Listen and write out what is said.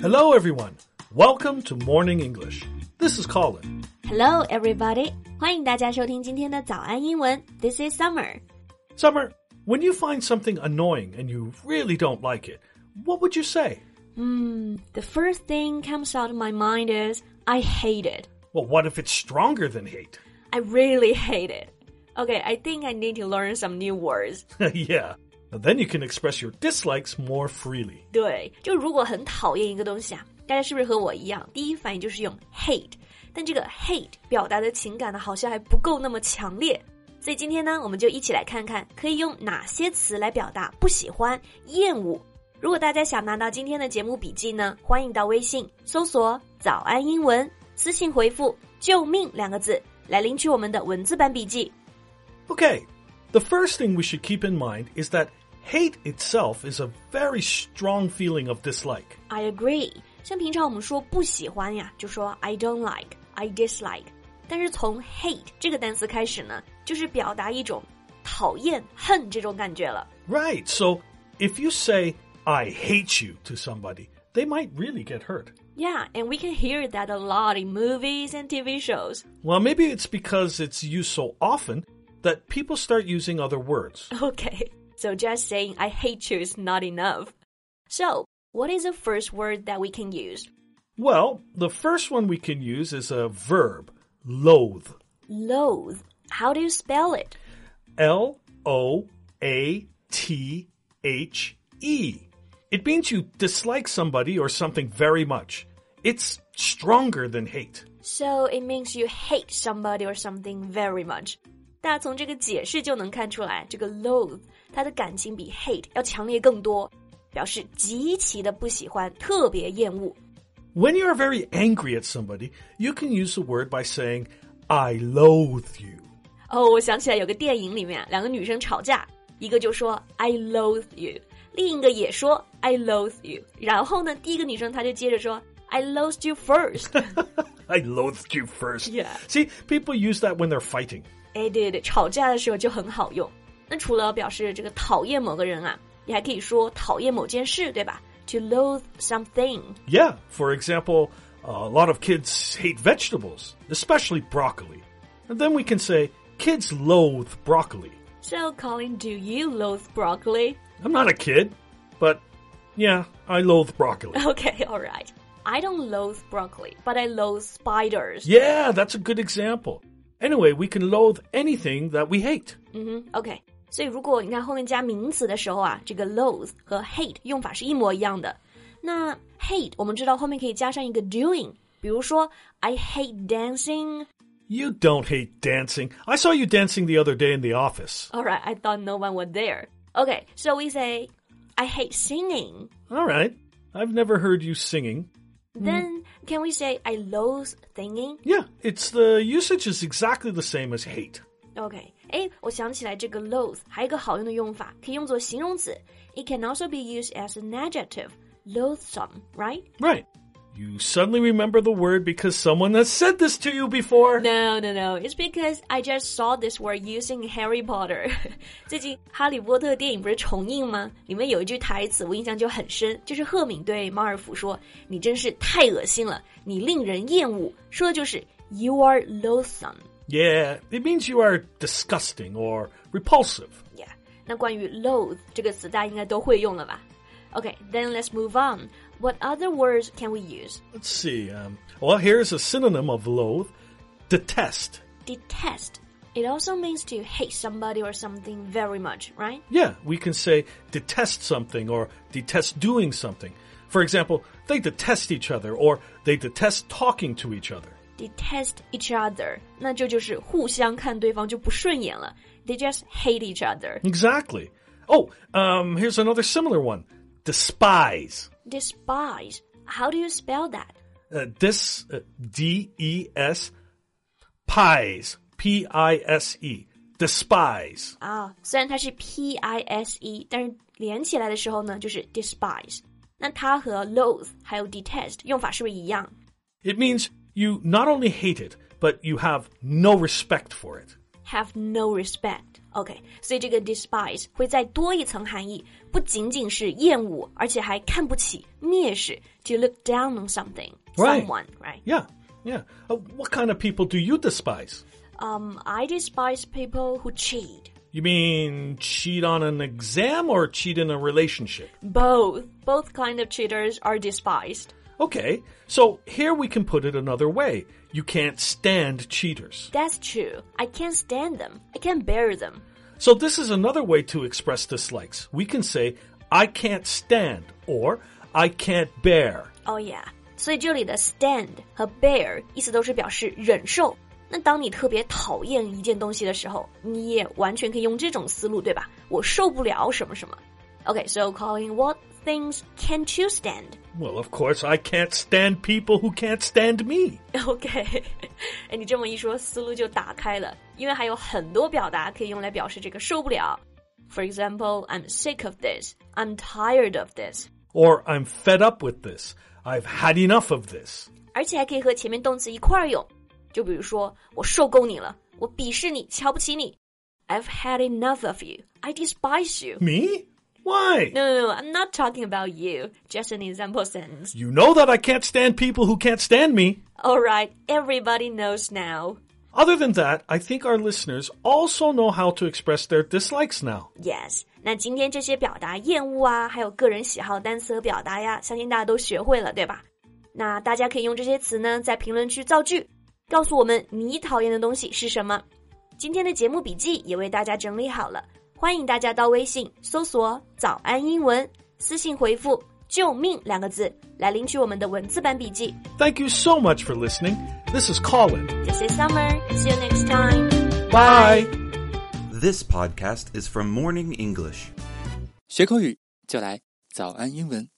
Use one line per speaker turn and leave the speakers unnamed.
Hello, everyone. Welcome to Morning English. This is Colin.
Hello, everybody！欢迎大家收听今天的早安英文。This is Summer。
Summer, when you find something annoying and you really don't like it, what would you say?
Hmm, the first thing comes out of my mind is I hate it.
Well, what if it's stronger than hate?
I really hate it. Okay, I think I need to learn some new words.
yeah. Then you can express your dislikes more freely.
对，就如果很讨厌一个东西啊，大家是不是和我一样，第一反应就是用 hate？但这个 hate 表达的情感呢，好像还不够那么强烈。所以今天呢，我们就一起来看看可以用哪些词来表达不喜欢、厌恶。如果大家想拿到今天的节目笔记呢，欢迎到微信搜索“早安英文”，私信回复“救命”两个字来领取我们的文字版笔记。
Okay. The first thing we should keep in mind is that hate itself is a very strong feeling of dislike.
I agree。像平常我们说不喜欢呀，就说 I don't like, I dislike。但是从 hate 这个单词开始呢，就是表达一种讨厌、恨这种感觉了。
Right. So if you say, I hate you to somebody, they might really get hurt.
Yeah, and we can hear that a lot in movies and TV shows.
Well, maybe it's because it's used so often that people start using other words.
Okay, so just saying I hate you is not enough. So, what is the first word that we can use?
Well, the first one we can use is a verb, loathe.
Loathe. How do you spell it?
L O A T H E. It means you dislike somebody or something very much. It's stronger than hate.
So it means you hate somebody or something very much。大家从这个解释就能看出来，这个 loathe 它的感情比 hate 要强烈更多，表示极其的不喜欢，特别厌恶。
When you're very angry at somebody, you can use the word by saying, I loathe you.
哦，我想起来有个电影里面，啊两个女生吵架，一个就说 I loathe you，另一个也说 I loathe you。然后呢，第一个女生她就接着说 I loathe you first。
I loathed you first.
Yeah.
See, people use that when they're fighting.
哎，对对对，吵架的时候就很好用。那除了表示这个讨厌某个人啊，你还可以说讨厌某件事，对吧？To loathe something，
Yeah, for example, uh, a lot of kids hate vegetables, especially broccoli. And then we can say, kids loathe broccoli.
So, Colin, do you loathe broccoli?
I'm not a kid, but yeah, I loathe broccoli.
Okay, all right. I don't loathe broccoli, but I loathe spiders.
yeah, that's a good example. Anyway, we can loathe anything that we hate.
嗯哼，OK。所以如果你看后面加名词的时候啊，这个 loathe 和 hate 用法是一模一样的。那 hate 我们知道后面可以加上一个 doing，比如说 I hate dancing。
You don't hate dancing. I saw you dancing the other day in the office.
All right, I thought no one was there. Okay, so we say I hate singing.
All right. I've never heard you singing.
Then can we say I loathe singing?
Yeah, it's the usage is exactly the same as hate.
Okay. 哎，我想起来这个 loathe 还有一个好用的用法，可以用作形容词。It can also be used as an adjective. Loathsome, right?
Right. You suddenly remember the word because someone has said this to you before.
No, no, no. It's because I just saw this word using Harry Potter. 最近《哈利波特》电影不是重映吗？里面有一句台词我印象就很深，就是赫敏对马尔福说：“你真是太恶心了，你令人厌恶。”说的就是 “You are loathsome”。
Yeah, it means you are disgusting or repulsive.
Yeah，那关于 “loathe” 这个词，大家应该都会用了吧？Okay, then let's move on. What other words can we use?
Let's see. Um, well, here's a synonym of loathe detest.
Detest. It also means to hate somebody or something very much, right?
Yeah, we can say detest something or detest doing something. For example, they detest each other or they detest talking to each other.
detest each other，那这就是互相看对方就不顺眼了。They just hate each other,
Exactly. Oh, um, here's another similar one despise.
despise. How do you spell that?
uh, dis uh, D E S pies P I S E despise.
啊，虽然它是 p i s e，但是连起来的时候呢，就是 despise。那它和 loathe 还有 detest 用法是不是一样？
It means you not only hate it, but you have no respect for it.
have no respect。OK，所以这个 despise 会再多一层含义，不仅仅是厌恶，而且还看不起、蔑视，to look down on something、
Right.
someone。Right？
Yeah, yeah. Uh, what kind of people do you despise?
Um, I despise people who cheat.
You mean cheat on an exam or cheat in a relationship?
Both, both kind of cheaters are despised.
Okay, so here we can put it another way. You can't stand cheaters.
That's true. I can't stand them. I can't bear them.
So this is another way to express dislikes. We can say, I can't stand or I can't bear.
Oh yeah. 所以这里的 stand 和 bear 意思都是表示忍受。那当你特别讨厌一件东西的时候，你也完全可以用这种思路，对吧？我受不了什么什么。Okay, so Colin, what things can't you stand?
Well, of course, I can't stand people who can't stand me.
OK，哎，你这么一说，思路就打开了，因为还有很多表达可以用来表示这个受不了。For example, I'm sick of this. I'm tired of this.
Or I'm fed up with this. I've had enough of this.
而且还可以和前面动词一块儿用，就比如说，我受够你了，我鄙视你，瞧不起你。I've had enough of you. I despise you.
Me? Why?
No, no, no. I'm not talking about you. Just an example sentence.
You know that I can't stand people who can't stand me.
All right, everybody knows now.
Other than that, I think our listeners also know how to express their dislikes now.
Yes，那今天这些表达厌恶啊，还有个人喜好单词和表达呀，相信大家都学会了，对吧？那大家可以用这些词呢，在评论区造句，告诉我们你讨厌的东西是什么。今天的节目笔记也为大家整理好了，欢迎大家到微信搜索“早安英文”，私信回复“救命”两个字来领取我们的文字版笔记。
Thank you so much for listening. This is Colin.
This is Summer，see you next time。
Bye.
This podcast is from Morning English.
学口语就来早安英文。